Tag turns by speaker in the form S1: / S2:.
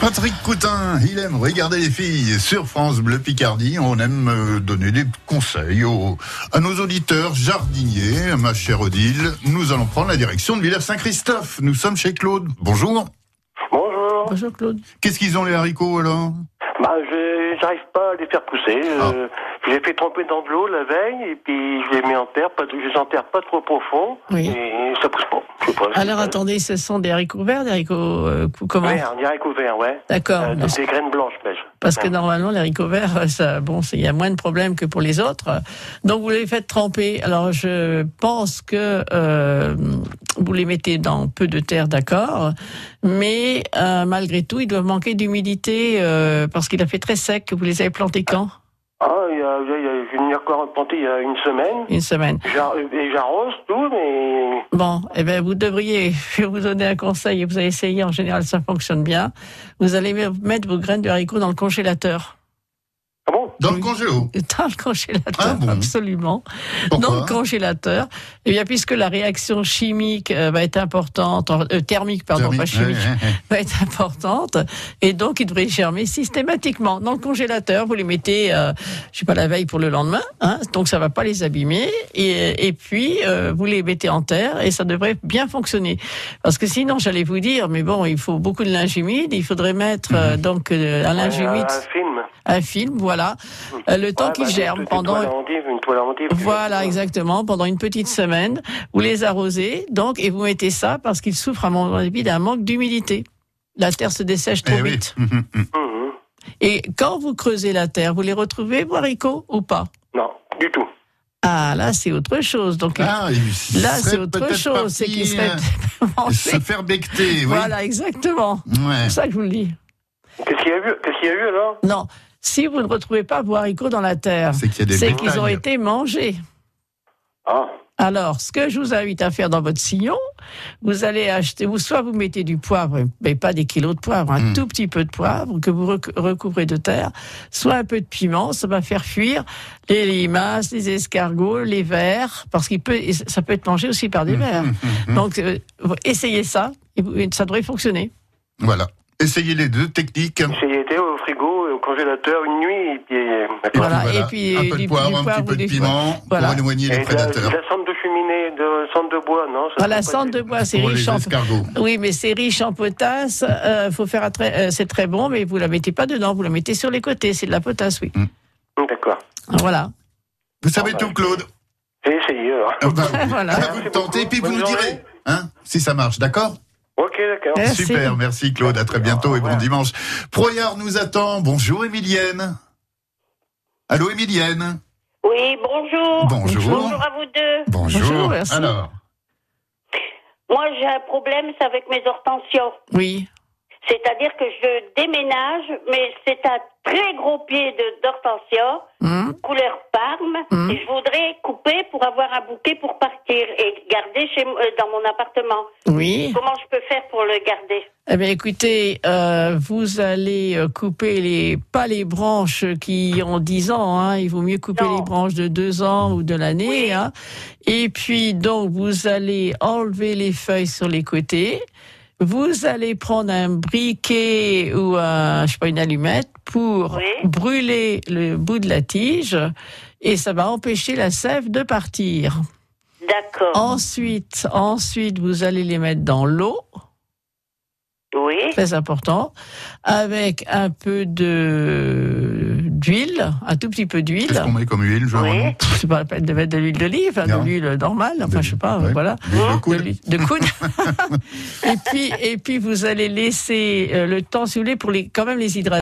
S1: Patrick Coutin, il aime regarder les filles sur France Bleu Picardie. On aime euh, donner des conseils aux- à nos auditeurs jardiniers. Ma chère Odile, nous allons prendre la direction de Villers-Saint-Christophe. Nous sommes chez Claude. Bonjour.
S2: Bonjour.
S3: Bonjour Claude.
S1: Qu'est-ce qu'ils ont les haricots alors
S2: Bah, je j'arrive pas à les faire pousser. Euh,
S3: Ah.
S2: Je les fais tremper dans de l'eau la veille et puis je les mets en terre. Pas, je les enterre pas trop profond
S3: Oui.
S2: et ça pousse pas. Je sais pas,
S3: Alors
S2: c'est-
S3: attendez, ce sont des haricots verts, des haricots euh, cou- comment
S2: Ouais, un direct couvert, ouais.
S3: D'accord.
S2: hein. Euh,
S3: parce-
S2: des graines blanches, pêche. Hein.
S3: Parce que normalement, les haricots verts, euh, ça, bon, c'est- il y a moins de problèmes que pour les autres. Donc, vous les faites tremper. Alors, je pense que euh, vous les mettez dans peu de terre, d'accord. Mais euh, malgré tout, ils doivent manquer d'humidité euh, parce qu'il a fait très sec. Vous les avez plantés quand
S2: Ah, il y a, il y a- il y a- je l'ai encore replanté il y a une semaine.
S3: Une semaine.
S2: J'ar- euh, et J'arrose tout, mais
S3: Bon, eh ben vous devriez, je vais vous donner un conseil et vous allez essayer, en général ça fonctionne bien. Vous allez me- mettre vos graines de haricots dans le congélateur.
S2: ah bon.
S1: Dans le congélo.
S3: Dans le congélateur,
S1: Ah bon
S3: absolument.
S1: Pourquoi
S3: dans le congélateur. Et bien puisque la réaction chimique euh, va être importante, euh, thermique, pardon,
S1: Terminé. Eh,
S3: pas chimique,
S1: Ouais, ouais, ouais.
S3: va être importante, et donc il devrait germer systématiquement dans le congélateur. Vous les mettez, euh, je sais pas la veille pour le lendemain, hein, donc ça va pas les abîmer. Et, et puis euh, vous les mettez en terre et ça devrait bien fonctionner. Parce que sinon, j'allais vous dire, mais bon, il faut beaucoup de linge humide. Il faudrait mettre euh,
S2: Mhm.
S3: donc euh, un linge
S2: un,
S3: humide,
S2: un film.
S3: un film, voilà, euh, le temps
S2: Ouais,
S3: qu'ils
S2: bah,
S3: germent
S2: une-
S3: pendant
S2: Une toile à endive, une toile à endive.
S3: voilà, exactement. Pendant une petite semaine, vous les arrosez, donc, et vous mettez ça parce qu'ils souffrent, à mon avis, d'un manque d'humidité. La terre se dessèche trop
S1: Eh oui.
S3: vite.
S1: Mhm, mhm.
S2: Mhm.
S3: Et quand vous creusez la terre, vous les retrouvez, vos haricots, ou pas
S2: Non, du tout.
S3: Ah, là, c'est autre chose. Donc,
S1: Ah, il
S3: là,
S1: serait
S3: c'est autre
S1: peut-être
S3: chose. C'est qu'ils
S1: parti,
S3: seraient
S1: euh,
S3: mangés.
S1: se faire becter, oui.
S3: Voilà, exactement.
S1: Ouais.
S3: C'est pour ça que je vous le dis.
S2: Qu'est-ce qu'il y a eu Qu'est-ce qu'il y a eu alors
S3: Non, si vous ne retrouvez pas vos haricots dans la terre,
S1: C'est qu'il y a des
S3: c'est qu'ils ont
S1: bétails.
S3: été mangés.
S2: Ah.
S3: Alors, ce que je vous invite à faire dans votre sillon, vous allez acheter, ou soit vous mettez du poivre, mais pas des kilos de poivre, un
S1: Mm.
S3: tout petit peu de poivre que vous recou- recouvrez de terre, soit un peu de piment, ça va faire fuir les limaces, les escargots, les vers, parce qu'il peut, et ça peut être mangé aussi par des vers.
S1: Mhm, mhm.
S3: Donc, euh, vous- essayez ça, et vous- et ça devrait fonctionner.
S1: Voilà. Essayez les deux techniques.
S2: J'ai été au frigo et au congélateur une nuit et puis. euh,
S1: Et
S3: Voilà,
S1: puis
S3: et puis,
S1: un
S3: euh,
S1: peu de
S3: du-
S1: poivre,
S3: du
S1: un
S3: poivre
S1: petit peu
S3: ou
S1: de
S3: des-
S1: piment pour
S3: Voilà.
S1: éloigner
S2: Et
S1: les
S2: de la,
S1: prédateurs.
S2: de la cendre de cheminée, de cendre de bois, non ça,
S3: Voilà,
S2: c'est pas
S3: Ah, centre
S2: du-
S3: de bois, c'est
S1: Pour les
S3: riche en,
S1: escargots.
S3: Oui, mais c'est riche en potasse. euh, faut faire attrait- euh, c'est très bon, mais vous la mettez pas dedans, vous la mettez sur les côtés. C'est de la potasse, oui.
S2: Hum, D'accord.
S3: Voilà.
S1: Vous savez
S2: Ah,
S1: tout,
S2: bah,
S1: Claude.
S2: J'ai essayé alors.
S1: Ah, bah, oui.
S3: Voilà.
S1: Ah, vous
S2: Merci
S1: tentez, puis vous
S2: beaucoup.
S1: nous
S2: Bonne
S1: direz
S2: journée.
S1: hein, si ça marche, d'accord
S2: Ok, d'accord.
S3: Merci.
S1: Super, merci Claude. À très bientôt
S2: Au
S1: et bon
S2: revoir.
S1: dimanche. Proyard nous attend. Bonjour Émilienne. Allô Émilienne.
S4: Oui, bonjour.
S1: Bonjour.
S4: Bonjour à vous deux.
S1: Bonjour.
S3: Bonjour, merci.
S1: Alors,
S4: Moi, j'ai un problème, c'est avec mes hortensias.
S3: Oui.
S4: C'est-à-dire que je déménage, mais c'est un très gros pied de- d'hortensia,
S3: Hum,
S4: couleur parme,
S3: Mhm.
S4: et je voudrais couper pour avoir un bouquet pour partir et garder chez, m- euh, dans mon appartement.
S3: Oui.
S4: Comment je peux faire pour le garder
S3: Eh bien, écoutez, euh, vous allez euh, couper les pas les branches qui ont 10 ans. Hein, il vaut mieux couper
S4: Non.
S3: les branches de 2 ans ou de l'année.
S4: Oui.
S3: Hein, et puis, donc, vous allez enlever les feuilles sur les côtés. Vous allez prendre un briquet ou un, je sais pas, une allumette pour
S4: Oui.
S3: brûler le bout de la tige et ça va empêcher la sève de partir.
S4: D'accord.
S3: Ensuite, ensuite, vous allez les mettre dans l'eau
S4: Oui.
S3: très important, avec un peu de d'huile, un tout petit peu
S1: qu'est-ce
S3: d'huile.
S1: qu'on met comme huile Jean
S4: Oui.
S1: Renaud
S3: C'est pas la peine de mettre de l'huile d'olive, hein,
S1: Non.
S3: de l'huile normale, enfin je sais pas,
S1: Ouais.
S3: voilà.
S1: L'huile de
S4: Hein
S1: coude.
S3: De l'huile- de coude. et puis et puis vous allez laisser euh, le temps, si vous voulez, pour les quand même les hydrater.